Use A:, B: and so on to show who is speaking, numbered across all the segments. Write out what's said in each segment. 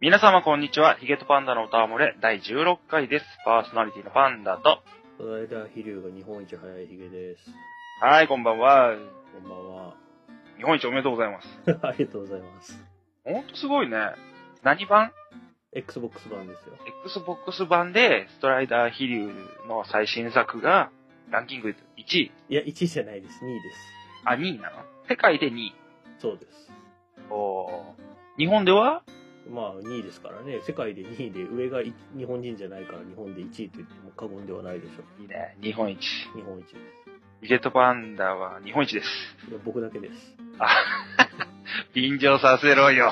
A: 皆様こんにちは。ヒゲとパンダの歌わもれ第16回です。パーソナリティのパンダと。
B: この間、飛龍が日本一早いヒゲです。
A: はい、こんばんは。
B: こんばんは。
A: 日本一おめでとうございます。
B: ありがとうございます。
A: ほんとすごいね。何版
B: Xbox 版ですよ。
A: ?Xbox 版で、ストライダー飛竜の最新作が、ランキング1位。
B: いや、1位じゃないです。2位です。
A: あ、2位なの世界で2位。
B: そうです。
A: おー日本では
B: まあ、2位ですからね。世界で2位で、上がい日本人じゃないから、日本で1位と言っても過言ではないでしょ
A: いいね。日本一。
B: う。日本一です。
A: ヒゲとパンダは日本一です。
B: いや、僕だけです。
A: あ、便乗させろよ。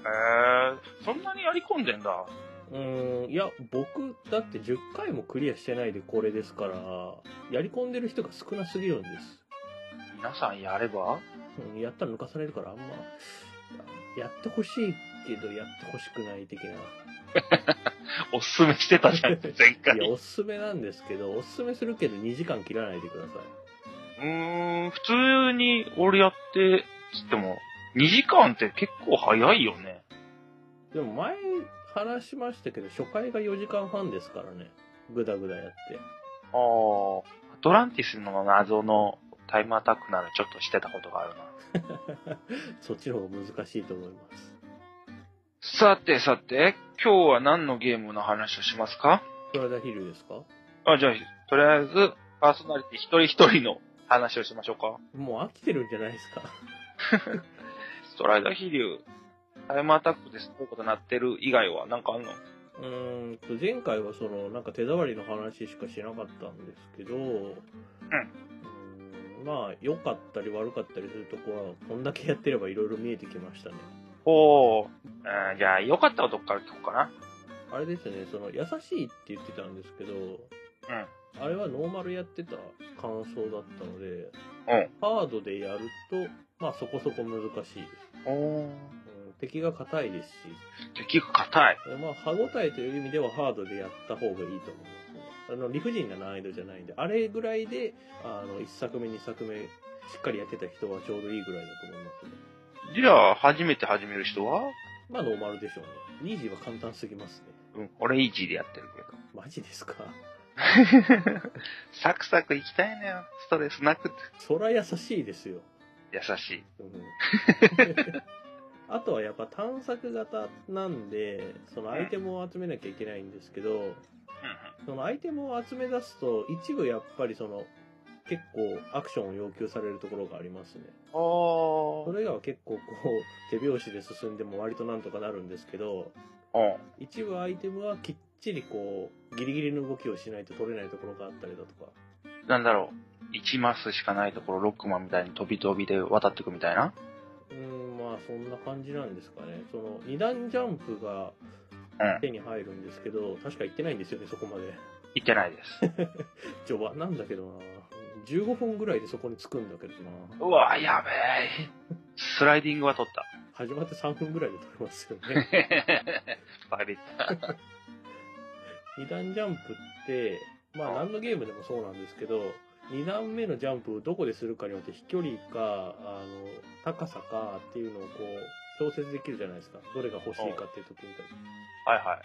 A: えー、そんなにやり込んでんだ。
B: うーん、いや、僕、だって10回もクリアしてないでこれですから、やり込んでる人が少なすぎるんです。
A: 皆さんやれば
B: うん、やったら抜かされるから、あんま、やってほしいけど、やってほしくない的な。
A: おすすめしてたじゃん、前回。
B: いや、おすすめなんですけど、おすすめするけど2時間切らないでくださ
A: うーん、普通に俺やって、つっても、2時間って結構早いよね。
B: い。でも前話しましたけど、初回が4時間半ですからね。ぐだぐだやって。
A: あーアトランティスの謎のタイムアタックならちょっとしてたことがあるな。
B: そっちの方が難しいと思います。
A: さてさて、今日は何のゲームの話をしますか
B: トラダヒルですか
A: あ、じゃあ、とりあえず、パーソナリティ一人一人の話をしましょうか。
B: もう飽きてるんじゃないですか。
A: ストライダー飛竜、タイムアタックです。こういうことなってる以外はなんかあんの
B: うーんと、前回はその、なんか手触りの話しかしなかったんですけど、うん。まあ、良かったり悪かったりするとこは、こんだけやってればいろいろ見えてきましたね。
A: ほう。うんじゃあ、良かったことから聞こうかな。
B: あれですね、その、優しいって言ってたんですけど、
A: うん。
B: あれはノーマルやってた感想だったので、
A: うん
B: ハードでやると、まあそこそこ難しいです。
A: お
B: うん、敵が硬いですし、
A: 敵が硬い。
B: でまあ歯応えという意味ではハードでやった方がいいと思いますね。あの理不尽な難易度じゃないんで、あれぐらいで、あの、1作目、2作目、しっかりやってた人はちょうどいいぐらいだと思いますね。
A: じゃあ、初めて始める人は
B: まあノーマルでしょうね。イージーは簡単すぎます
A: う
B: ね。
A: ん、俺イージーでやってるけ
B: マジですか。
A: ど。サクサク行きたいのよ。ストレスなくて。
B: そら優しいですよ。
A: 優しい。
B: うんあとはやっぱ探索型なんで、そのアイテムを集めなきゃいけないんですけど、そのアイテムを集め出すと、一部やっぱりその、結構アクションを要求されるところがありますね。そ
A: うん、
B: れ以外は結構こう、手拍子で進んでも割となんとかなるんですけど、
A: あー。
B: 一部アイテムはきっちりこう、ギリギリの動きをしないと取れないところがあったりだとか、
A: うん。なんだろう。1マスしかないところ、ロックマンみたいに飛び飛びで渡ってくみたいな。
B: うーん、まあそんな感じなんですかね。その、二段ジャンプが
A: うん
B: 手に入るんですけど、確か行ってないんですよね、そこまで。
A: 行ってない です。
B: 序盤なんだけどな。15分ぐらいでそこに着くんだけどな。
A: うわやべえ。スライディングは取った。
B: 始まって3分ぐらいで取れますよね。
A: バレた。
B: 二段ジャンプって、まあ何のゲームでもそうなんですけど、二段目のジャンプをどこでするかによって飛距離か、あの、高さかっていうのをこう、調節できるじゃないですか。どれが欲しいかっていう時に。
A: はいはい。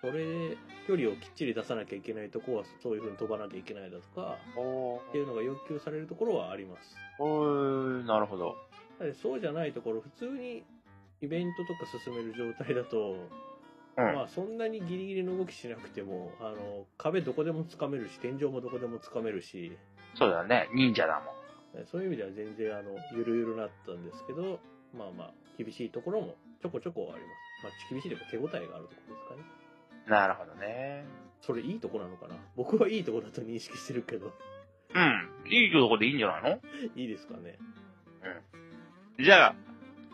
B: それで、距離をきっちり出さなきゃいけないとこは、そういう風に飛ばなきゃいけないだとか、
A: お
B: っていうのが要求されるところはあります。
A: おなるほど。
B: だってそうじゃないところ、普通にイベントとか進める状態だと、
A: うん
B: まあそんなにギリギリの動きしなくても、あの、壁どこでもつかめるし、天井もどこでもつかめるし、
A: そうだね。忍者だもん。
B: そういう意味では全然あの、ゆるゆるだったんですけど、まあまあ、厳しいところもちょこちょこあります。まあ厳しいでも手応えがあるところですかね。
A: なるほどね。
B: それいいとこなのかな僕はいいとこだと認識してるけど、
A: うん。いいとこでいいんじゃないの
B: いいですかね。
A: じゃあ、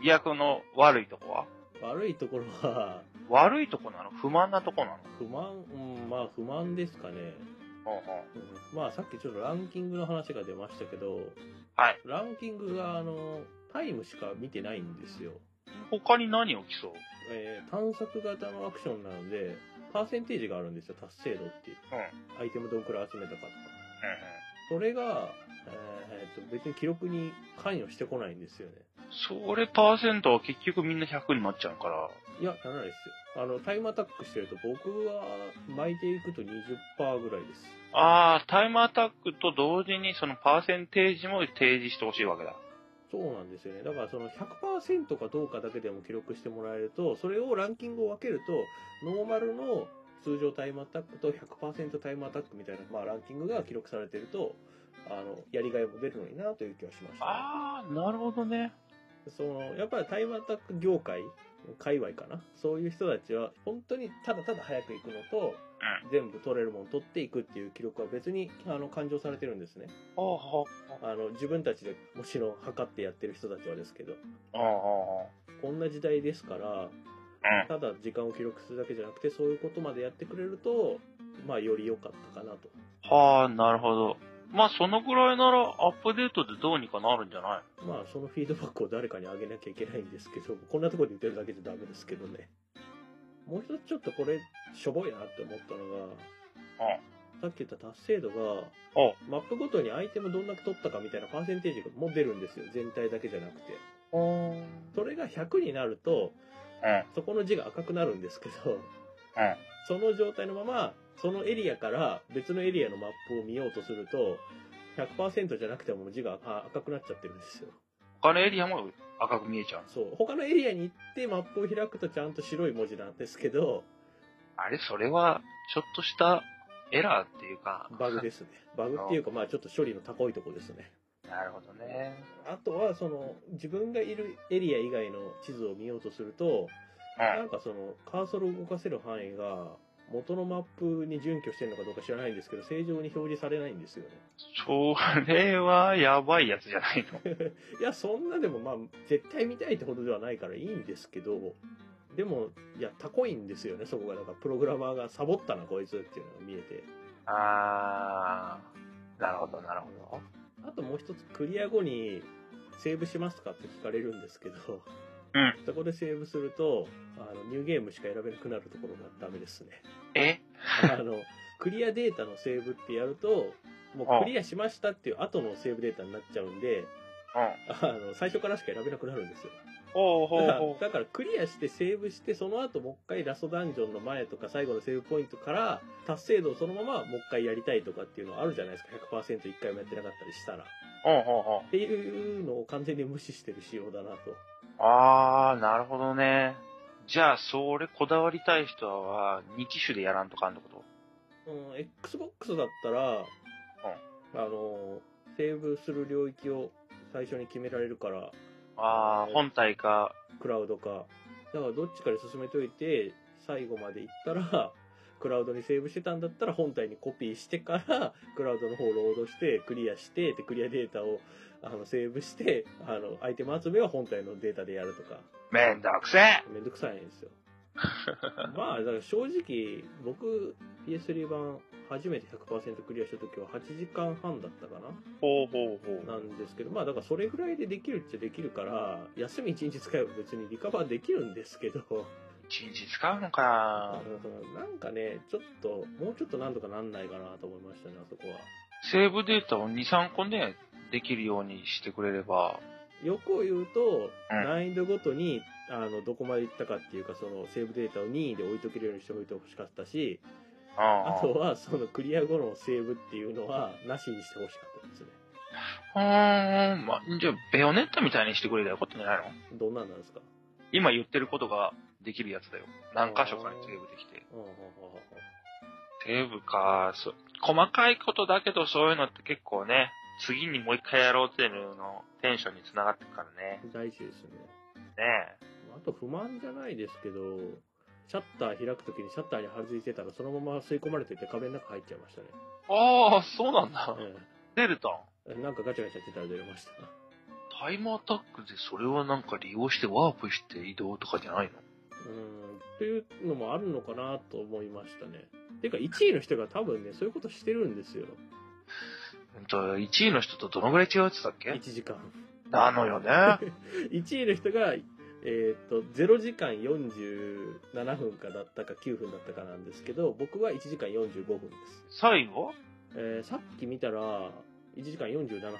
A: リアクの悪いとこは
B: 悪いところは、
A: 悪いとこなの不満なとこなの
B: 不満、うん、まあ不満ですかね。
A: うんうん。
B: うんまあさっきちょっとランキングの話が出ましたけど、
A: はい
B: ランキングがあのタイムしか見てないんですよ、
A: 他に何起きそう
B: えー探索型のアクションなのでパーセンテージがあるんですよ達成度っていう、アイテムどんくらい集めたかとか
A: う
B: それがえーっと、別に記録に関与してこないんですよね。
A: それパーセントは結局みんな100になっちゃうから、
B: いや、ならないですよ。あの、タイムアタックしてると、僕は巻いていくと20%ぐらいです。
A: ああ、タイムアタックと同時にそのパーセンテージも提示してほしいわけだ。
B: そうなんですよね。だからその100%かどうかだけでも記録してもらえると、それをランキングを分けると、ノーマルの通常タイムアタックと100%タイムアタックみたいな、まあランキングが記録されてると、あの、やりがいも出るのになという気はしましたね、
A: ああ、なるほどね。
B: その、やっぱりタイムアタック業界、界隈かな。そういう人たちは、本当にただただ早く行くのと、全部取れるもの取っていくっていう記録は別に、あの、勘定されてるんですね。
A: ああ、は
B: あの、自分たちでもちろん測ってやってる人たちはですけど。
A: あ、ああ、
B: こんな時代ですから、
A: うん
B: ただ時間を記録するだけじゃなくて、そういうことまでやってくれると、まあ、より良かったかなと。
A: はあ、なるほど。まあ、そのぐらいならアップデートでどうにかなるんじゃない
B: まあ、そのフィードバックを誰かにあげなきゃいけないんですけど、こんなところで言ってるだけじゃダメですけどね。もう一つちょっとこれ、しょぼいなって思ったのが、さっき言った達成度が、
A: あ
B: マップごとにアイテムどんだけ取ったかみたいなパーセンテージがもう出るんですよ。全体だけじゃなくて。
A: うん。
B: それが100になると、
A: うん
B: そこの字が赤くなるんですけど、
A: うん
B: その状態のまま、そのエリアから別のエリアのマップを見ようとすると、100%じゃなくても字が赤赤くなっちゃってるんですよ。
A: 他のエリアも赤く見えちゃう。
B: そう。他のエリアに行ってマップを開くとちゃんと白い文字なんですけど、
A: あれ、それは、ちょっとしたエラーっていうか。
B: バグですね。バグっていうか、まあちょっと処理の高いとこですね。
A: なるほどね。
B: あとは、その、自分がいるエリア以外の地図を見ようとすると、
A: うん
B: なんかその、カーソルを動かせる範囲が、元のマップに準拠してるのかどうか知らないんですけど、正常に表示されないんですよね。
A: それはやばいやつじゃないの。
B: いや、そんなでもまあ、絶対見たいってほどではないからいいんですけど、でも、いや、タコいんですよね、そこが。なんか、プログラマーがサボったな、こいつっていうのが見えて。
A: あー、なるほど、なるほど。
B: あともう一つ、クリア後に、セーブしますかって聞かれるんですけど、
A: うん
B: そこでセーブすると、あの、ニューゲームしか選べなくなるところがダメです ね。
A: え
B: あの、クリアデータのセーブってやると、もうクリアしましたっていう後のセーブデータになっちゃうんで、
A: うん。
B: あの、最初からしか選べなくなるんですよ。
A: ほうほうほう。
B: だからクリアしてセーブして、その後もう一回ラストダンジョンの前とか最後のセーブポイントから、達成度をそのままもう一回やりたいとかっていうのあるじゃないですか。100%一回もやってなかったりしたら。っ
A: ほうほうほ
B: ていうのを完全に無視してる仕様だなと。
A: う。あー、なるほどね。じゃあ、それこだわりたい人は、2機種でやらんとかんってこと
B: うん、Xbox だったら、あの、セーブする領域を最初に決められるから、
A: あー、本体か、
B: クラウドか。だからどっちかで進めといて、最後まで行ったら、 クラウドにセーブしてたんだったら本体にコピーしてから、 クラウドの方をロードして、クリアして、で、クリアデータを、あの、セーブして、あの、アイテム集めは本体のデータでやるとか、
A: めんどくせえ
B: めんどくさいんですよ。まあ、だから正直、僕、PS3 版、初めて100%クリアした時は8時間半だったかな
A: ほうほうほう。
B: なんですけど、まあだからそれぐらいでできるっちゃできるから、休み1日使えば別にリカバーできるんですけど、
A: 1日使うのか。
B: なんかね、ちょっと、もうちょっとなんとかなんないかなと思いましたね、あそこは。
A: セーブデータを2、3個ね、できるようにしてくれれば。
B: 欲を言うと、
A: うん
B: 難易度ごとに、あの、どこまで行ったかっていうか、その、セーブデータを任意で置いとけるようにしておいてほしかったし、あ
A: あ
B: とは、その、クリア後のセーブっていうのは、なしにしてほしかったですね。
A: あ。うーん、まあ、じゃあ、ベヨネッタみたいにしてくれりゃよかったんじゃないの
B: どんなんなんですか
A: 今言ってることができるやつだよ。何箇所かにセーブできて。
B: うんうんうん
A: セーブか、そ細かいことだけどそういうのって結構ね、次にもう一回やろうっていうののテンションにつながってくからね。
B: うん大事ですね。
A: ね
B: あと不満じゃないですけど、シャッター開くときにシャッターに張り付いてたらそのまま吸い込まれてて壁の中入っちゃいましたね。
A: え。ああ、そうなんだ。
B: う
A: デルタン。
B: んなんかガチャガチャってたら出れました。
A: タイムアタックでそれをなんか利用してワープして移動とかじゃないの
B: うん、というのもあるのかなと思いましたね。てか1位の人が多分ね、そういうことしてるんですよ。
A: うんと、1位の人とどのぐらい違うって言ったっ
B: 1
A: け
B: 時間。
A: なの よね。
B: 1位の人が、えーっと、0時間47分かだったか9分だったかなんですけど、僕は1時間45分です。
A: 最後
B: えーさっき見たら、 1時間47分。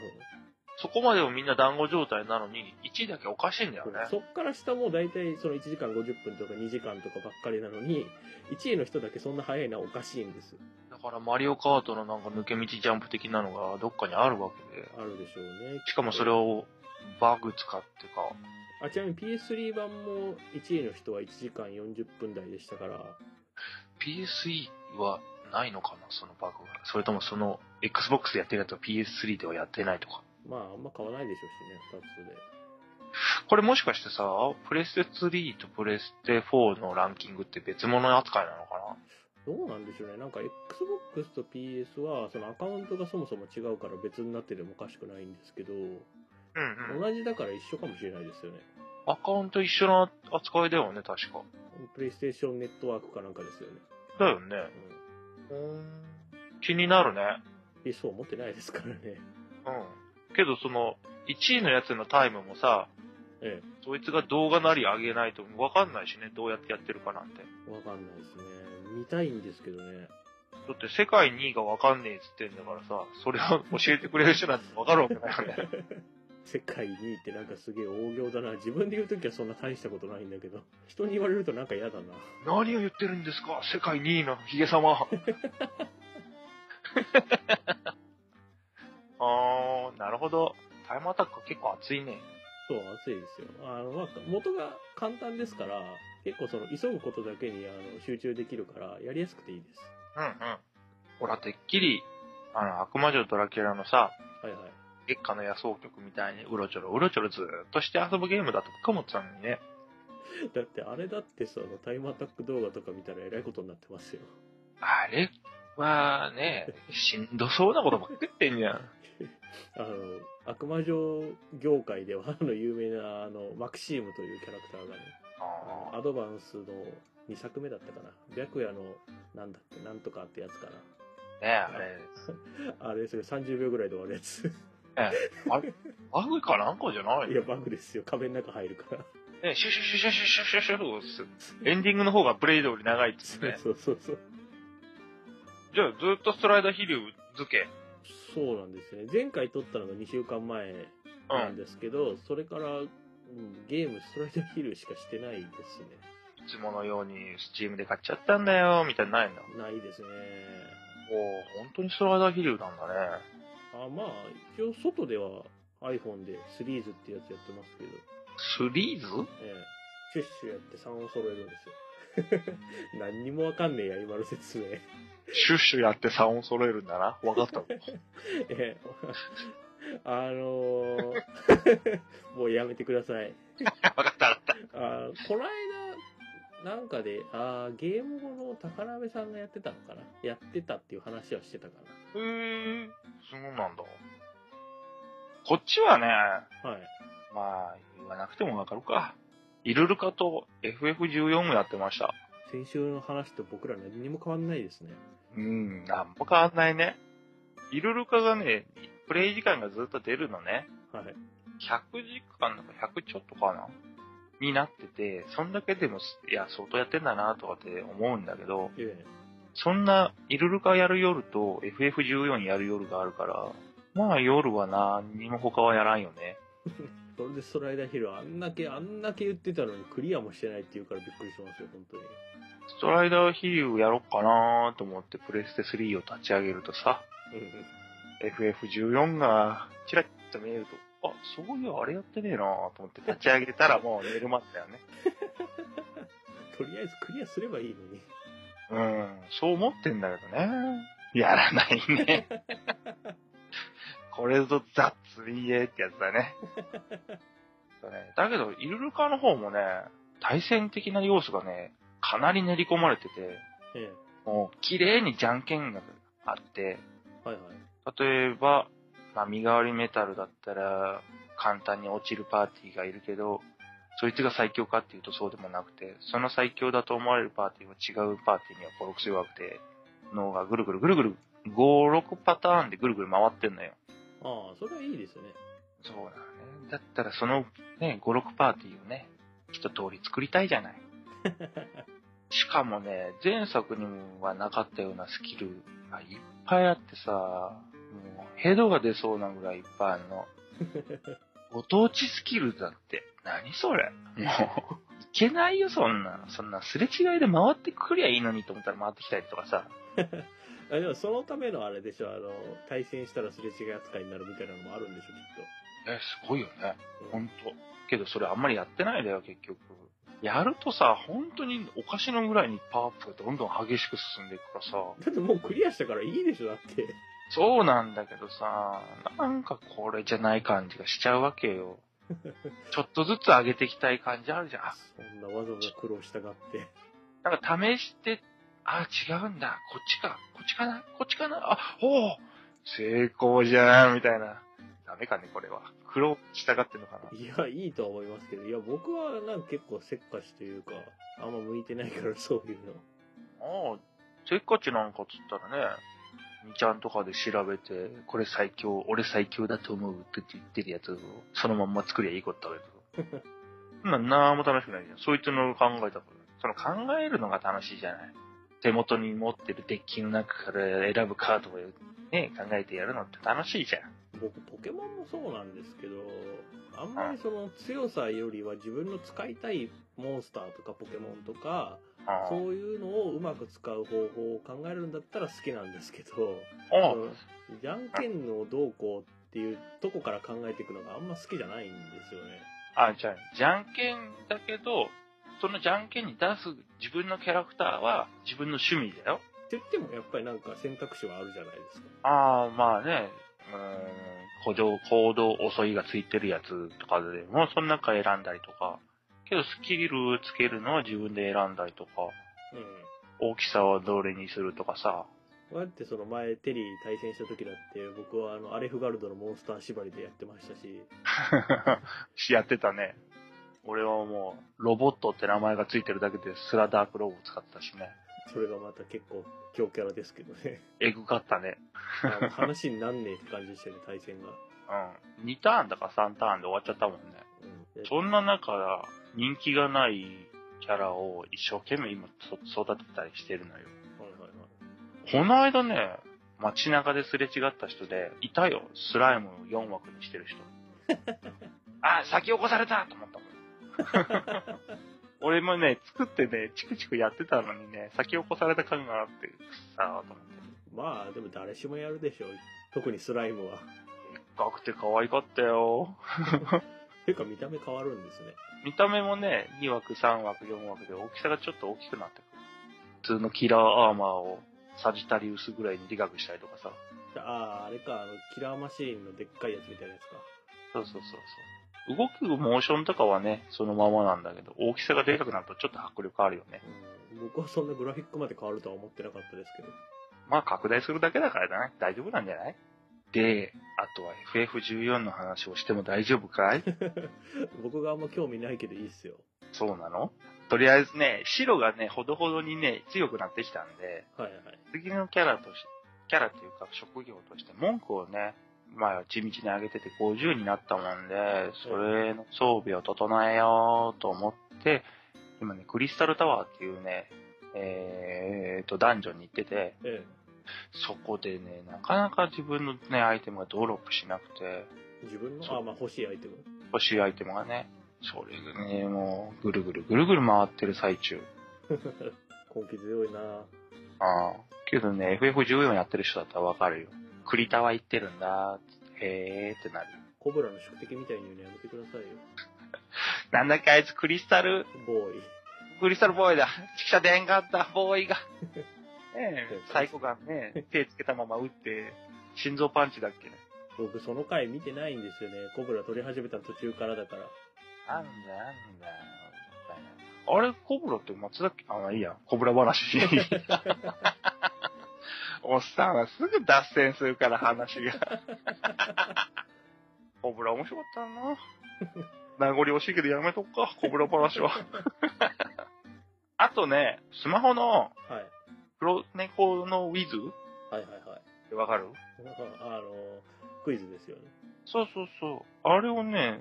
A: そこまでもみんな団子状態なのに、1位だけおかしいんだよね。
B: そっから下も大体その1時間50分とか2時間とかばっかりなのに、1位の人だけそんな早いのはおかしいんですよ。
A: だからマリオカートのなんか抜け道ジャンプ的なのがどっかにあるわけで。
B: あるでしょうね。
A: しかもそれをバグ使ってか、
B: あ、ちなみに PS3 版も1位の人は1時間40分台でしたから、
A: PSE はないのかな、そのバグが。それともその Xbox でやってるやつは PS3 ではやってないとか。
B: まああんま買わないでしょうしね、2つで。
A: これもしかしてさ、プレステ3とプレステ4のランキングって別物扱いなのかな
B: どうなんでしょうね。なんか Xbox と PS は、そのアカウントがそもそも違うから別になっててもおかしくないんですけど、
A: うんうん。
B: 同じだから一緒かもしれないですよね。
A: アカウント一緒の扱いだよね、確か。
B: プレイステーションネットワークかなんかですよね。
A: だよね。気になるね。
B: うん。PS4 持ってないですからね。
A: うん。けどその、1位のやつのタイムもさ、
B: え
A: そいつが動画なり上げないと分かんないしね、どうやってやってるかなんて。
B: え、わかんないですね。見たいんですけどね。
A: だって世界2位が分かんねえっつってんだからさ、それを教えてくれる人なんて分かるわけないよね。
B: 世界2位ってなんかすげえ大行だな。自分で言うときはそんな大したことないんだけど、人に言われるとなんか嫌だな。
A: 何を言ってるんですか世界2位のヒゲ様。 あー、なるほど。タイムアタック結構熱いね。
B: そう、暑いですよ。あの、まあ、元が簡単ですから、結構その急ぐことだけにあの集中できるから、やりやすくていいです。
A: うんうん。ほら、てっきり、あの、悪魔女ドラキュラのさ、
B: はいはい。
A: 月下の野草曲みたいにうろちょろうろちょろずーっとして遊ぶゲームだとかもってたのにね。
B: だってあれだってそのタイムアタック動画とか見たらえらいことになってますよ。
A: あれはね、しんどそうなことばっかり言ってんじゃん。
B: あの、悪魔女業界ではあの 有名なあの、マクシームというキャラクターがね、あのアドバンスの2作目だったかな。白夜のなんだっけ、なんとかってやつか
A: ねえ、あれ、
B: な。あれですよ、30秒ぐらいで終わるやつ。
A: あれ、バグかなんかじゃない
B: いや、バグですよ。壁の中入るから。
A: ね、シュシュシュシュシュシュシュシュシュエンディングの方がブレードより長いっつってね。
B: そうそうそう。
A: じゃあずっとストライダー飛竜付け。
B: そうなんですよね。前回撮ったのが2週間前
A: う
B: なん
A: ん。
B: ですけど、それから、うんゲームストライダーヒルしかしてないですね。
A: いつものようにスチームで買っちゃったんだよ、みたいなのないの。も
B: ないですね。
A: う、本当にストライダー飛竜なんだね。
B: あまあ、一応外では iPhone でシリーズってやつやってますけど、
A: スリーズ
B: ええシュッシュやって3を揃えるんですよ。 何にもわかんねえや、今の説明。
A: シュッシュやって3音揃えるんだな。わかったの。
B: ええあ のーもうやめてください。
A: わかったわかった。
B: あーこの間なんかであーゲーム後の高鍋さんがやってたのかなやってたっていう話はしてたか
A: へえ、そうなんだ。こっちはね、
B: なはい
A: まあ、言わなくてもわかるか。イルルカと FF14 もやってました。
B: 先週の話と僕ら何にも変わんないですね
A: うん、なんも変わんないね。イルルカがね、プレイ時間がずっと出るのね。
B: はい
A: 100時間なんか100ちょっとかなになってて、そんだけでも、いや、相当やってんだなとかって思うんだけど、
B: ええ
A: そんな、イルルカやる夜と FF14 やる夜があるから、まあ夜は何にも他はやらんよね。
B: それでストライダーヒルあんだけあんだけ言ってたのにクリアもしてないっていうからびっくりしますよ本当に
A: ストライダーヒールやろっかなと思ってプレステ3を立ち上げるとさ、FF14 がチラッと見えると、あ、そういうあれやってねえなと思って立ち上げたらもう寝るまでだよね。
B: とりあえずクリアすればいいのに
A: うん、そう思ってんだけどね。やらないね。これぞザ・ 3A ってやつだね。だねだけど、イルルカの方もね、対戦的な要素がね、かなり練り込まれてて、
B: え
A: もう綺麗にじゃんけんがあって、
B: えはいはい
A: 例えば、まあ、身代わりメタルだったら、簡単に落ちるパーティーがいるけど、そいつが最強かっていうとそうでもなくて、その最強だと思われるパーティーは違うパーティーにはボロクソ弱くて、脳がぐるぐるぐるぐる、5、6パターンでぐるぐる回ってんのよ。
B: ああそれはいいですね
A: そうだね。だったらそのね、5、6パーティーをね、一通り作りたいじゃない。しかもね、前作にはなかったようなスキルがいっぱいあってさ、もうヘドが出そうなぐらいいっぱいあるの。ご当地スキルだって。何それもう、いけないよ、そんな。そんな、すれ違いで回ってくりゃいいのにと思ったら回ってきたりとかさ。
B: あでもそのためのあれでしょ、あの、対戦したらすれ違い扱いになるみたいなのもあるんでしょ、
A: え、すごいよね。
B: きっと。
A: ほんと。けど、それあんまりやってないだよ、結局。やるとさ、本当におかしなぐらいにパワーアップがどんどん激しく進んでいくからさ。
B: だってもうクリアしたからいいでしょ、だって。
A: そうなんだけどさ、なんかこれじゃない感じがしちゃうわけよ。ちょっとずつ上げていきたい感じあるじゃん。あ
B: そんなわざわざ苦労したがって。
A: なんか試して、あ、違うんだ。こっちか。こっちかなこっちかなあ、おお成功じゃんみたいな。ダメかね、これは。苦労したがってんのかない
B: や、 いいとは思いますけど、いや、僕はなんか結構せっかちというか、あんま向いてないからそういうの。
A: ああ、せっかちなんかっつったらね、みちゃんとかで調べて、これ最強、俺最強だと思うって言ってるやつを、そのまんま作りゃいいことだけど。 まあ、なんも楽しくないじゃん。そういったのを考えたから。その考えるのが楽しいじゃない。手元に持ってるデッキの中から選ぶカードをね、考えてやるのって楽しいじゃん。
B: 僕、ポケモンもそうなんですけど、あんまりその強さよりは自分の使いたいモンスターとかポケモンとか、
A: あ
B: そういうのをうまく使う方法を考えるんだったら好きなんですけど、
A: あああ
B: そのじゃんけんのどうこうっていうとこから考えていくのがあんま好きじゃないんですよね。
A: あ、じゃあ、じゃんけんだけど、そのじゃんけんに出す自分のキャラクターは自分の趣味だよ。
B: って言ってもやっぱりなんか選択肢はあるじゃないですか。
A: ああ、まあね、うーん、行動、行動遅いがついてるやつとかでも、その中選んだりとか、けどスキルつけるのは自分で選んだりとか、
B: うん。
A: 大きさはどれにするとかさ、
B: こうやってその前テリー対戦した時だって僕はあのアレフガルドのモンスター縛りでやってましたし
A: やってたね。俺はもう、ロボットって名前がついてるだけでスラダークロボ使ったしね。
B: それがまた結構強キャラですけどね
A: えぐかったね。
B: あの話になんねえって感じでしたよね対戦が、
A: うん。2ターンだか3ターンで終わっちゃったもんね。
B: うんで
A: そんな中、人気がないキャラを一生懸命今そ育てたりしてるのよ。
B: はいはいはい
A: この間ね、街中ですれ違った人で、いたよ、スライムを4枠にしてる人。あ、先起こされたと思ったもん。俺もね、作ってね、チクチクやってたのにね、先起こされた感があって、くっさーと思って。
B: まあでも誰しもやるでしょう特にスライムは
A: でっかくて可愛かったよ。
B: ていうか見た目変わるんですね
A: 見た目もね、2枠、3枠、4枠で大きさがちょっと大きくなってくる。普通のキラーアーマーをサジタリウスぐらいにでかくしたりとかさ。
B: あああれかあのキラーマシーンのでっかいやつみたいなやつか
A: そうそうそうそう。動くモーションとかはね、そのままなんだけど、大きさがでかくなるとちょっと迫力あるよね。
B: うん僕はそんなグラフィックまで変わるとは思ってなかったですけど
A: まあ拡大するだけだからだね。大丈夫なんじゃないで、あとは FF14 の話をしても大丈夫かい
B: 僕があんま興味ないけどいいっすよ
A: そうなのとりあえずね、白がね、ほどほどにね、強くなってきたんで、
B: はいはい
A: 次のキャラとし、キャラっていうか職業として文句をね、まあ地道に上げてて50になったもんで、それの装備を整えようと思って、今ね、クリスタルタワーっていうね、えー、と、ダンジョンに行ってて、
B: ええ
A: そこでね、なかなか自分のね、アイテムがドロップしなくて、
B: 自分
A: そ
B: の
A: う
B: あまあ欲しいアイテム
A: 欲しいアイテムがね、それがね、もう、ぐるぐるぐるぐる回ってる最中。
B: 根気強いな
A: ああ。けどね、FF14 やってる人だったらわかるよ。クリタワ行ってるんだ、へーってなる。
B: コブラの宿敵みたいに言うのやめてくださいよ
A: なんだっけあいつクリスタル、
B: ボーイ
A: クリスタルボーイだ。指揮者でんかった、ボーイが。ねえ、サイコガンね、手つけたまま撃って、心臓パンチだっけね。
B: 僕その回見てないんですよねコブラ取り始めた途中からだから
A: なんだなんだ。あれ、コブラって松崎、あ、まあいいや、コブラ 話。おっさんはすぐ脱線するから話が。コブラ面白かったな。名残惜しいけどやめとくか、コブラ話は。あとね、スマホの
B: はい
A: 黒猫のウィズっ
B: はいはいはい
A: てわかる
B: あのクイズですよね
A: そうそうそう。あれをね、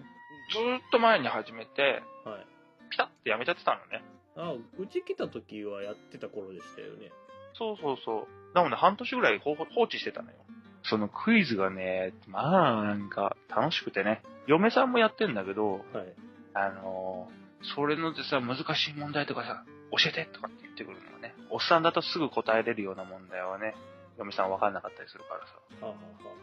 A: ずーっと前に始めて、
B: はい
A: ピタッてやめちゃってたのね。
B: あうち来た時はやってた頃でしたよね
A: そうそうそう。なので、半年ぐらい放放置してたのよ。そのクイズがね、まあなんか楽しくてね、嫁さんもやってんだけど、
B: はい。
A: あのーそれのでさ、難しい問題とかさ、教えてとかって言ってくるのがね、おっさんだとすぐ答えれるような問題はね、嫁さん分かんなかったりするからさ、
B: はあ、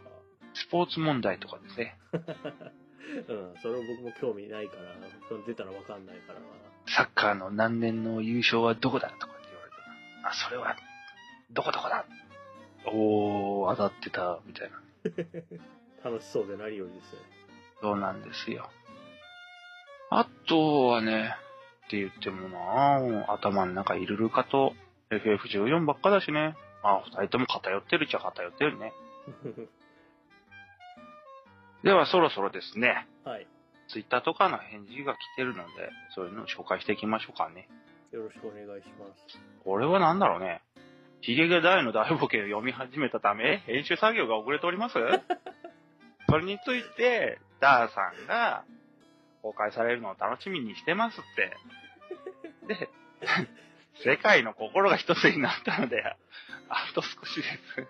B: は
A: スポーツ問題とかですね、
B: あはあ、うん、それも僕も興味ないから、その出たらわかんないからな。
A: サッカーの何年の優勝はどこだとかって言われて、あ、それは、どこどこだおー、当たってた、みたいな。
B: 楽しそうで何よりですよね。
A: そうなんですよ。あとはね、って言ってもなあ頭の中いるるかと FF14 ばっかだしね。まあ、二人とも偏ってるっちゃ偏ってるね。 では、そろそろですね、
B: はい。
A: ツイッターとかの返事が来てるので、そういうのを紹介していきましょうかね。
B: よろしくお願いします。
A: これはなんだろうね。ヒゲが大の大冒険を読み始めたため、編集作業が遅れております それについて、ダーさんが公開されるのを楽しみにしてますって。 で、世界の心が一つになったので、あと少しです。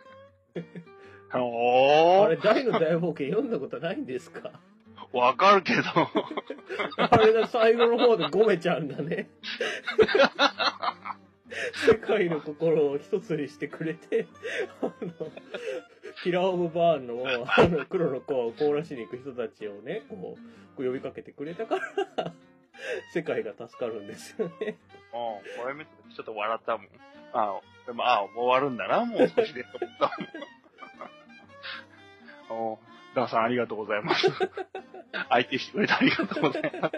A: お
B: あれ、
A: ー、
B: 大の大冒険読んだことないんですか
A: わかるけど、
B: あれだ、最後の方でゴメちゃんがね、世界の心を一つにしてくれて、あの、キラー・オブ・バーンの、あの、黒の子を凍らしに行く人たちをね、こう、こう呼びかけてくれたから、世界が助かるんですよね。
A: もう、これ見てちょっと笑ったもん。ああ、でも、ああ、もう終わるんだな、もう 少しで。と思ったもん。おダーさんありがとうござい ます。相手してくれてありがとうございます。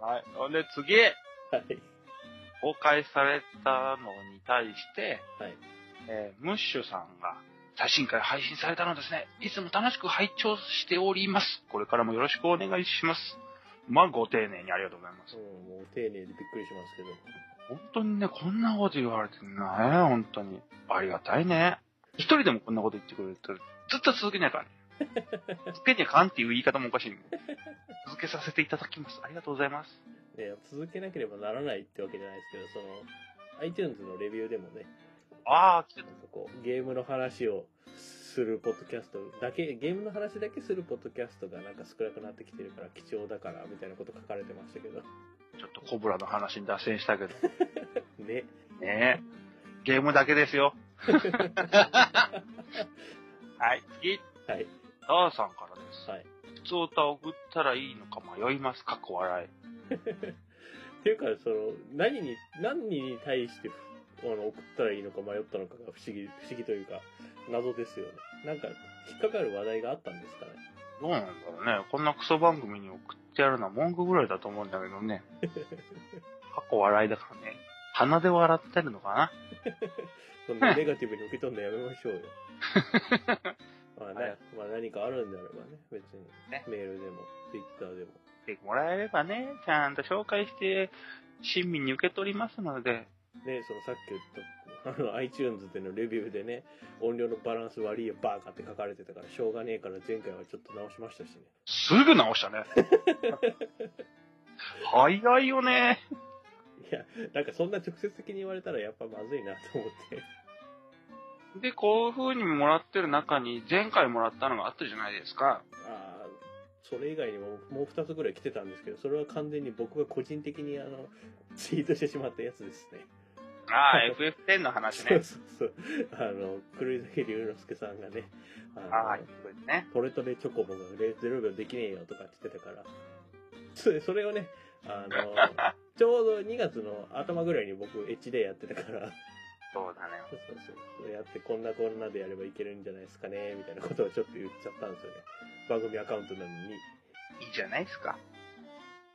A: はい。ほんで、次、
B: はい。
A: 公開されたのに対して、
B: はい
A: えームッシュさんが、最新回配信されたのですね。いつも楽しく拝聴しております。これからもよろしくお願いします。まあ、ご丁寧にありがとうございます
B: う。ん、もう丁寧でびっくりしますけど。
A: 本当にね、こんなこと言われてね、本当に。ありがたいね。一人でもこんなこと言ってくれると、ずっと続けないからね。続けにゃかんっていう言い方もおかしいね。続けさせていただきます。ありがとうございます。
B: ね、続けなければならないってわけじゃないですけど、その、iTunes のレビューでもね、
A: ああ、来てた
B: なんかこう、ゲームの話をするポッドキャストだけ、ゲームの話だけするポッドキャストがなんか少なくなってきてるから貴重だから、みたいなこと書かれてましたけど。
A: ちょっとコブラの話に脱線したけど。
B: ね。
A: ねえ。ゲームだけですよ。はい、次。
B: はい。
A: ダーさんからです。
B: はい。
A: 普通歌送ったらいいのか迷います。かっこ笑い。
B: っていうか、その、何に、何に対して、あの、送ったらいいのか迷ったのかが不思議、不思議というか、謎ですよね。なんか、引っかかる話題があったんですかね。
A: どうなんだろうね。こんなクソ番組に送ってやるのは文句ぐらいだと思うんだけど ね。過去笑いだからね。鼻で笑ってるのかな
B: そんなネガティブに受け取るのやめましょうよ。まあね、
A: はい
B: まあ何かあるんであればね、別に、
A: ね
B: メールでも、ツイッターでも。
A: ってもらえればね、ちゃんと紹介して、親身に受け取りますので、
B: ね、そのさっき言った、あの、iTunes でのレビューでね、音量のバランス悪いよ、バーカって書かれてたから、しょうがねえから前回はちょっと直しましたしね。
A: すぐ直した ね。早いよね。
B: いや、なんかそんな直接的に言われたらやっぱまずいなと思って。
A: で、こういう風にもらってる中に、前回もらったのがあったじゃないですか。
B: ああ、それ以外にももう2つぐらい来てたんですけど、それは完全に僕が個人的にあの、ツイートしてしまったやつですね。
A: あ あ、FF10 の話
B: そう
A: ね。
B: そうそう。あの、黒崎龍之介さんがね、
A: あ
B: あ
A: あ、
B: の
A: いい、ことね。
B: トレトレチョコボが0秒できねえよとかって言ってたから、それそれをね、あの、ちょうど2月の頭ぐらいに僕、エッジでやってたから、
A: そうだね。
B: そうそうそう、それやってこんなこんなでやればいけるんじゃないですかね、みたいなことをちょっと言っちゃったんですよね。番組アカウントなのに。
A: いいじゃないですか。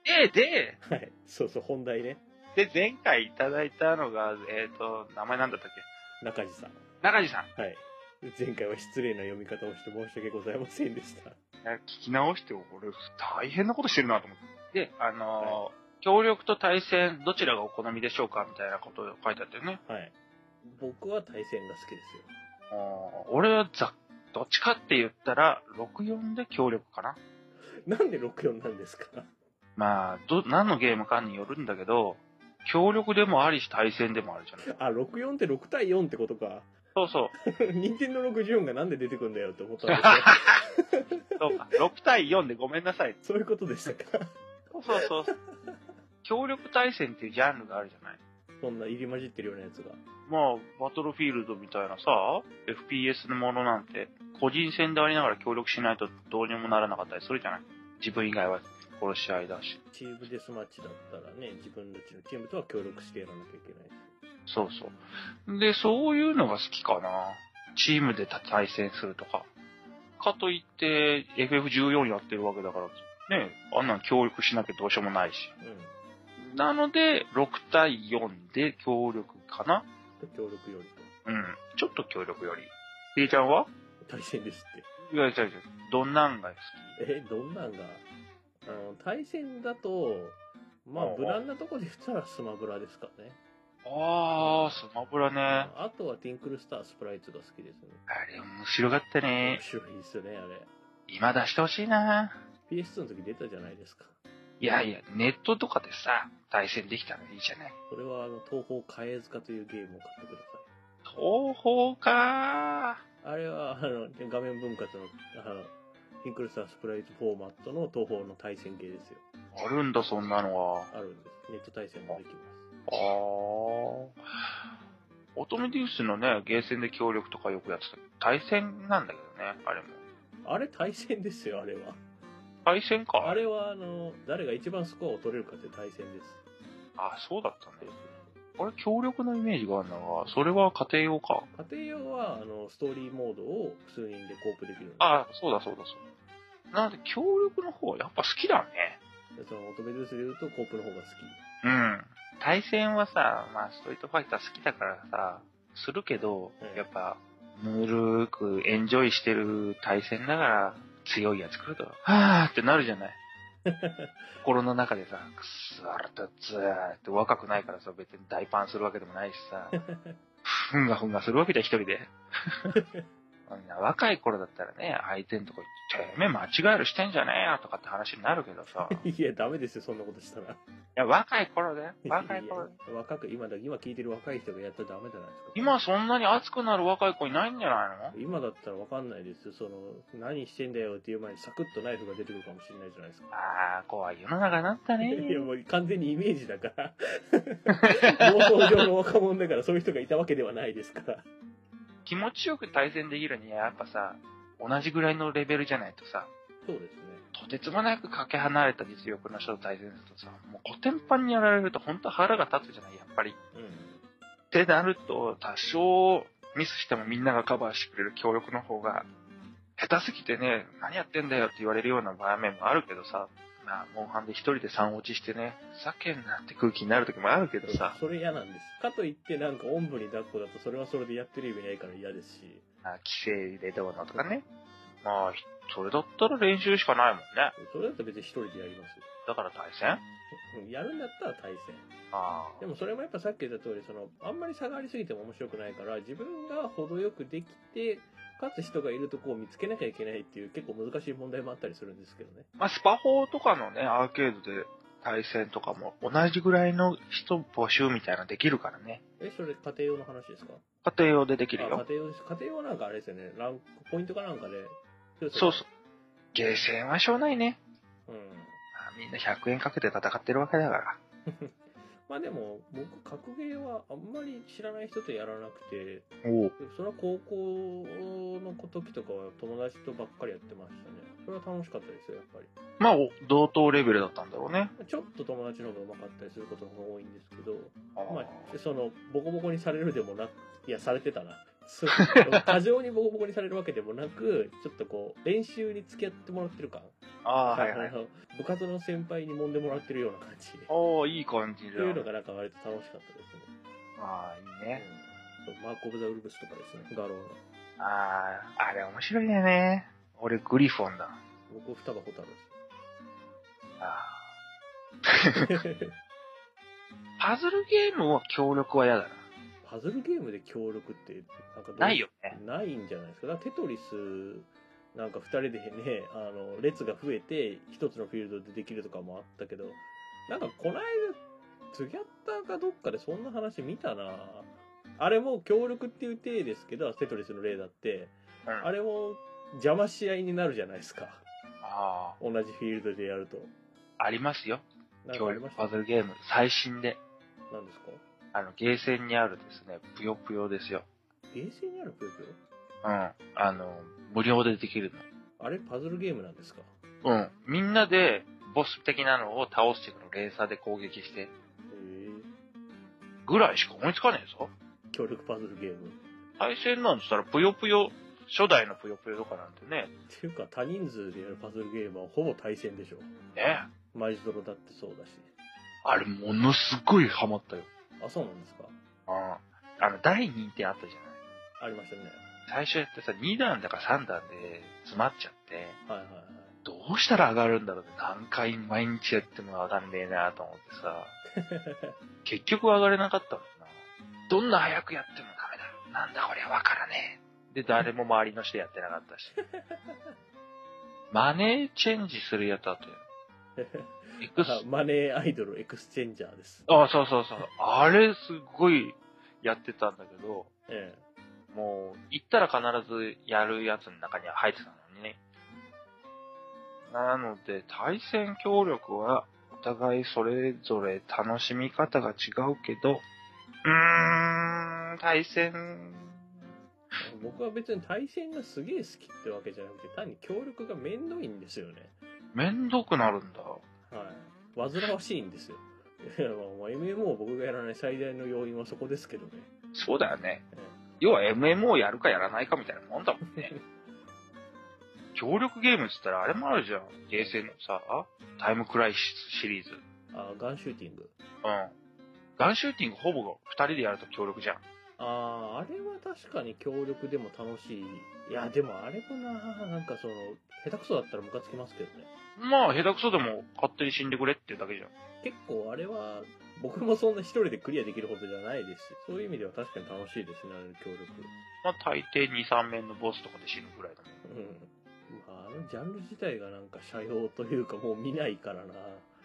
A: で、で、
B: はい。そうそう、本題ね。
A: で、前回いただいたのが、えっ、と、名前なんだったっけ
B: 中地さん。
A: 中地さん。
B: はい。前回は失礼な読み方をして申し訳ございませんでした。
A: え聞き直して、俺、大変なことしてるなと思って。で、あのー協力と対戦、どちらがお好みでしょうかみたいなことを書いてあったよね。
B: はい。僕は対戦が好きですよ。
A: おー俺はざ、どっちかって言ったら、64で協力かな。
B: なんで64なんですか
A: まあ、ど、何のゲームかによるんだけど、協力でもありし対戦でもあるじゃない。
B: あ、64って6対4ってことか。
A: そうそう。
B: 任天堂64がなんで出てくるんだよって思ったんですけ
A: そうか。6対4でごめんなさい。
B: ど、そういうことでしたか。
A: そうそうそう。協力対戦っていうジャンルがあるじゃない。
B: そんな入り混じってるようなやつが。
A: まあ、バトルフィールドみたいなさ、FPS のものなんて、個人戦でありながら協力しないとどうにもならなかったりするじゃない。自分以外は殺し合いだし。
B: チームデスマッチだったらね、自分たちのチームとは協力してやらなきゃいけない。
A: そうそう。で、そういうのが好きかな。チームで対戦するとか。かといって、FF14 やってるわけだから、ね、あんなん協力しなきゃどうしようもないし。
B: う
A: なので、6対4で協力かな。
B: ん。協力より
A: うん。ちょっと協力より。ひりちゃんは
B: と。対戦ですって。
A: いや、違う違う。どんなんが好き
B: えどんなんがあの対戦だとまあ
A: うんうん
B: 無難なとこで言ったらスマブラですかね
A: ああ、スマブラね。あ
B: あとはティンクルスタースプライツが好きですね
A: れ面白かったね
B: 面。白いですよねあれ
A: 今出してほしいな。
B: PS2 の時出たじゃないですか
A: いやいや、ネットとかでさ、対戦できたらいいじゃない。
B: それはあの東宝貝塚というゲームを買ってくださ
A: 東宝か
B: いあれはあの画面分割のあのティンクルスタースプライツフォーマットの東宝の対戦系ですよ
A: あるんだ、そんなのは。
B: あるんですネット対戦もできます
A: ああ。オトメディウスのね、ゲーセンで協力とかよくやってた。対戦なんだけどね、あれも。
B: あれ対戦ですよあれは
A: 対戦か。
B: あれはあの誰が一番スコアを取れるかって対戦です
A: あ、そうだったね。あれ、協力のイメージがあるんだが、それは家庭用か。
B: 家庭用はあのストーリーモードを数人でコープできるので
A: あ、そうだそうだそうだ。なので、協力の方はやっぱ好きだね。
B: その乙女ズースで言うとコープの方が好き
A: うん。対戦はさ、まあ、ストリートファイター好きだからさ、するけど、
B: うん
A: やっぱ、ぬるーくエンジョイしてる対戦だから、強いやつ来ると、はーってなるじゃない。心の中でさ、くっそーっとずーって若くないからさ、別に大パンするわけでもないしさ、ふんがふんがするわけじゃ一人で。あんな若い頃だったらね、相手のとこ行って、てめえ間違えるしてんじゃねえよとかって話になるけどさ、い
B: いやダメですよそんなことしたら
A: や、若い頃だよ。若い
B: い
A: 頃だよ
B: や若く今だ今聞いてる若い人がやったらダメじゃないですか
A: 今そんなに熱くなる若い子いないんじゃないの
B: 今だったらわかんないですよその何してんだよっていう前にサクッとナイフが出てくるかもしれないじゃないですか
A: ああ、怖い世の中になったね。
B: いやもう完全にイメージだから妄想上の若者だからそういう人がいたわけではないですから
A: 気持ちよく対戦できるにはやっぱさ、同じぐらいのレベルじゃないとさ、
B: そうですね
A: とてつもなくかけ離れた実力の人と対戦するとさ、もうコテンパンにやられると本当腹が立つじゃない、やっぱり。
B: うん
A: ってなると、多少ミスしてもみんながカバーしてくれる協力の方が、下手すぎてね、何やってんだよって言われるような場面もあるけどさ、まあ、モンハンで一人で3落ちしてね、酒になって空気になる時もあるけどさ、
B: それ嫌なんですかといってなんかおんぶに抱っこだとそれはそれでやってる意味ないから嫌ですし
A: まあ、規制でどうのとかね。まあ、ひそれだったら練習しかないもんね。
B: それだったら別に一人でやりますよ
A: だから対戦
B: うんやるんだったら対戦
A: あ
B: でもそれもやっぱさっき言った通りそのあんまり差がありすぎても面白くないから自分が程よくできてかつ人がいるとこを見つけなきゃいけないっていう結構難しい問題もあったりするんですけどね
A: まあ、スパ法とかのね、アーケードで対戦とかも同じぐらいの人募集みたいなのできるからね。
B: えそれ家庭用の話ですか
A: 家庭用でできる
B: あ
A: よ。
B: 家庭用です家庭用なんかあれですよねランクポイントかなんかで
A: そうそう。ゲーセンはしょうないね。
B: ううん
A: まあみんな100円かけて戦ってるわけだから。
B: まあでも僕格ゲーはあんまり知らない人とやらなくて
A: おお。
B: それは高校の時とかは友達とばっかりやってましたねそれは楽しかったですよやっぱり
A: まあ、お同等レベルだったんだろうね。
B: ちょっと友達の方が上手かったりすることの方が多いんですけど、
A: あー
B: まあ、その、ボコボコにされるでもなく、いや、されてたな。 そう過剰にボコボコにされるわけでもなく、ちょっとこう、練習に付き合ってもらってる感。
A: あー、はいは
B: あ
A: い。
B: の部活の先輩に揉んでもらってるような感じ。っ
A: おおいい感じ
B: て
A: だ。
B: いうのがなんか割と楽しかったですね。
A: ああ、いいね。
B: うんそうマーク・オブ・ザ・ウルブスとかですね、ガローの。
A: ああ、あれ面白いんだよね。俺、グリフォンだ。
B: 僕、双葉蛍
A: あー
B: です。
A: パズルゲームは協力は嫌だな。
B: パズルゲームで協力って、なんかどう
A: ないよね。
B: ないんじゃないですか。だからテトリスなんか2人でね、あの、列が増えて、1つのフィールドでできるとかもあったけど、なんかこの間、ツギャッターかどっかでそんな話見たなあれも協力っていう体ですけど、テトリスの例だって、
A: うん
B: あれも邪魔し合いになるじゃないですか。
A: あ
B: 同じフィールドでやると。
A: あ、ありますよ。
B: なんか
A: 協
B: ありま
A: 力
B: した
A: パズルゲーム、最新で、
B: 何ですか
A: あの、ゲーセンにあるですね、ぷよぷよですよ。
B: ゲーセンにあるぷよぷよ
A: うん。あの、無料でできる
B: あれパズルゲームなんですか
A: の。うん。みんなで、ボス的なのを倒してくる連鎖で攻撃して、
B: へえ。
A: ぐらいしか思いつかねえぞ。
B: 協力パズルゲーム。
A: 対戦なんつったら、ぷよぷよ、初代のぷよぷよとかなんてね、
B: っていうか、多人数でやるパズルゲームはほぼ対戦でしょ。
A: ね
B: マジドロだってそうだし。
A: あれ、ものすごいハマったよ。
B: あ、そうなんですか
A: ああ。あの、第2点あったじゃない。
B: ありましたね。
A: 最初やってさ、2段だか3段で詰まっちゃって、
B: はいはいはい。
A: どうしたら上がるんだろうって何回毎日やっても上がんねえなと思ってさ、結局上がれなかったもんな。どんな早くやってもダメだ。なんだこりゃわからねえ。で、誰も周りの人やってなかったし。マネーチェンジするやつあったよ。エクス
B: あ マネーアイドルエクスチェンジャーです。
A: あ、そうそうそう。あれすごいやってたんだけど、
B: ええ。
A: もう、行ったら必ずやるやつの中には入ってたのにね。なので、対戦協力は、お互いそれぞれ楽しみ方が違うけど、うーん、対戦、
B: 僕は別に対戦がすげえ好きってわけじゃなくて、単に協力がめんどいんですよね。
A: めんどくなるんだ。
B: はい。煩わしいんですよ。いや、まあ、まあ MMO を僕がやらない最大の要因はそこですけどね。
A: そうだよね
B: ええ。
A: 要は MMO をやるかやらないかみたいなもんだもんね。協力ゲームっつったらあれもあるじゃん。ゲーセンのさ、タイムクライシスシリーズ。
B: あ、ガンシューティング。
A: うん。ガンシューティングほぼ二人でやると協力じゃん。
B: ああ、あれは確かに協力でも楽しい。いや、でもあれもな、なんかその、下手くそだったらムカつきますけどね。
A: まあ、下手くそでも勝手に死んでくれっていうだけじゃん。
B: 結構あれは、僕もそんな一人でクリアできるほどじゃないですし、そういう意味では確かに楽しいですね、あれの協力。
A: まあ、大抵2、3面のボスとかで死ぬぐらいだもん。
B: うん。まあ、あのジャンル自体がなんか社用というかもう見ないからな。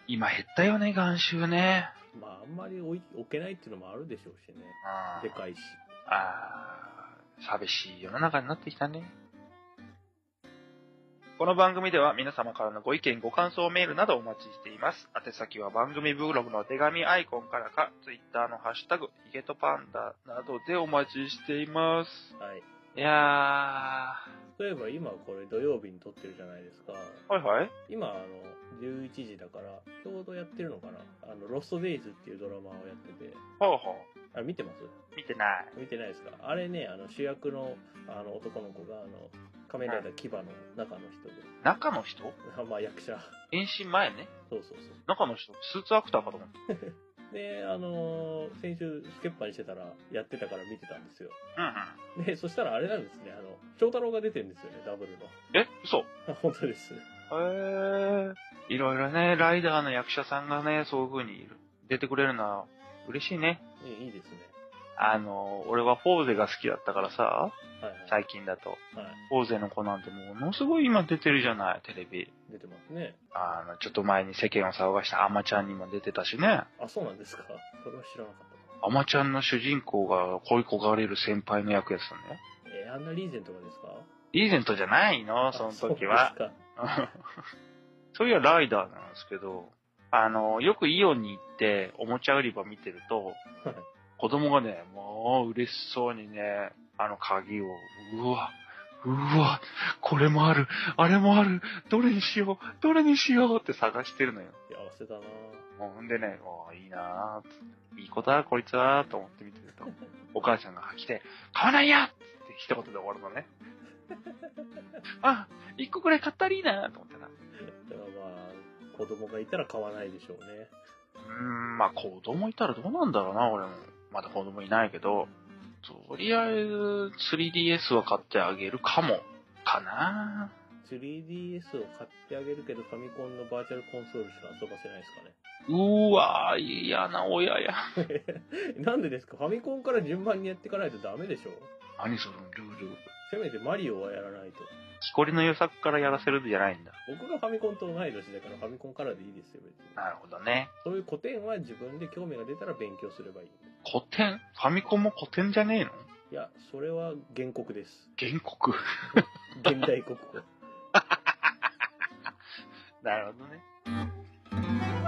A: 今減ったよね、眼臭ね。
B: まあ、あんまり置い置けないっていうのもあるでしょうしね。
A: あ
B: でかいし。
A: あ。ああ。寂しい世の中になってきたね。この番組では皆様からのご意見、ご感想メールなどお待ちしています。宛先は番組ブログの手紙アイコンからか、ツイッターのハッシュタグ、ヒゲとパンダなどでお待ちしています。
B: はい。
A: いやー。は
B: 例えば今これ土曜日に撮ってるじゃないですか。
A: いはい。
B: 今、あの、11時だから、ちょうどやってるのかな。あの、ロストデイズっていうドラマをやってて。
A: ほうほ
B: あれ見てます
A: う。見てない。
B: 見てないですかあれね、あの、主役の、あの、男の子が、あの、仮面ライダー牙の中の人で。
A: 中の人
B: あまあ、役者。
A: 変身前ね。
B: そうそうそ
A: 中の人、スーツアクターかと思った。
B: う。で、あのー先週、スケッパーにしてたら、やってたから見てたんですよ。
A: うんうん。
B: で、そしたらあれなんですね、あの、翔太郎が出てるんですよね、ダブルの。
A: え嘘へ
B: あ本当です。
A: え。いろいろね、ライダーの役者さんがね、そういう風にいる出てくれるのは嬉しいね。
B: いいいいですね。
A: あの、俺はフォーゼが好きだったからさ、
B: はい、はい。
A: 最近だと。
B: はい。
A: フォーゼの子なんてものすごい今出てるじゃない、テレビ。
B: 出てますね。
A: あの、ちょっと前に世間を騒がしたアマちゃんにも出てたしね。
B: あ、そうなんですか。 それは知らなかったな。
A: アマちゃんの主人公が恋焦がれる先輩の役やってたんだよ。
B: えー、あんなリーゼントがですか
A: リーゼントじゃないの、その時は。
B: あそうですか
A: そういやライダーなんですけど、あの、よくイオンに行っておもちゃ売り場見てると、
B: はい
A: 子供がね、もう嬉しそうにね、あの鍵を、うわ、うわ、これもある、あれもある、どれにしよう、どれにしようって探してるのよ。
B: いや合わせたな
A: もうほんでね、もういいなぁ、いい子だ、こいつは、と思って見てると、お母さんが来て、買わないやって一言で終わるのね。あ、一個くらい買ったらいいなと思ってな。
B: だからまあ子供がいたら買わないでしょうね
A: うーん、まあ子供いたらどうなんだろうな、俺も。まだ子供いないけど、とりあえず 3DS は買ってあげるかも、かな
B: 3DS を買ってあげるけどファミコンのバーチャルコンソールしか遊ばせない で
A: うーわー、嫌な親や。
B: すかねなんでですかファミコンから順番にやっていかないとダメでしょ
A: 何そのルール。
B: せめてマリオはやらないと。
A: 木こりの予作からやらせるんじゃないんだ。
B: 僕がファミコンと同い年だからファミコンからでいいですよ、別に。
A: なるほどね。
B: そういう古典は自分で興味が出たら勉強すればいい。
A: 古典ファミコンも古典じゃねえの
B: いや、それは原告です。
A: 原告。
B: 現代国語。
A: なるほどね。